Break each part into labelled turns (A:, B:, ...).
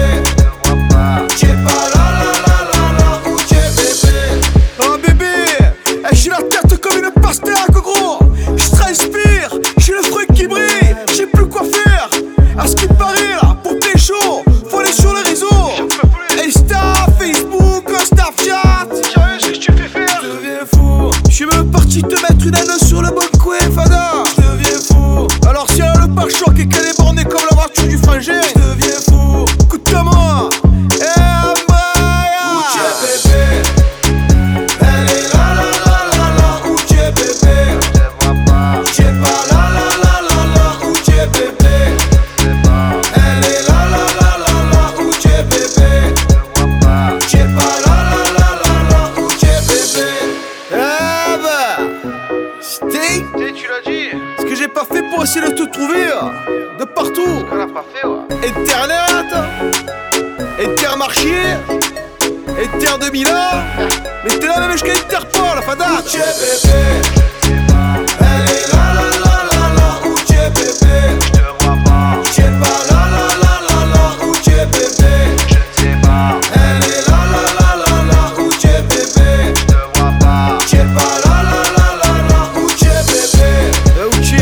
A: Oh, eh,
B: Eh Hey
C: T'sais, tu l'as dit,
B: ben, Ce que j'ai pas fait pour essayer de te trouver hein, De partout
C: on l'a pas fait, ouais.
B: Internet Intermarché Inter de Milan Mais t'es là même jusqu'à Interpol, la fadade
A: Où t'es bébé Elle est là là là là là Où t'es bébé
C: Je te vois pas,
A: T'es pas là là là là là Où t'es bébé
C: je ne sais pas,
A: Elle est là là là là là Où t'es bébé
C: je te vois pas.
A: T'es pas là là là là là Où t'es bébé
B: Euh, où tu es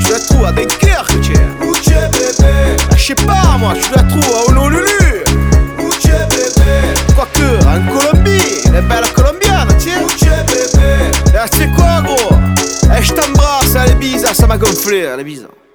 B: Tu la trouves à Dunkerque, tu es
A: Où t'es bébé
B: Ah, Je sais pas, moi, tu la trouves à Honolulu
A: Où t'es bébé
B: Quoique, en Colombie Elle est belle colombienne, tu
A: Où t'es bébé
B: Eh, c'est quoi, gros Eh, je t'embrasse, allez, bise, ah, ça m'a gonflé, allez, bise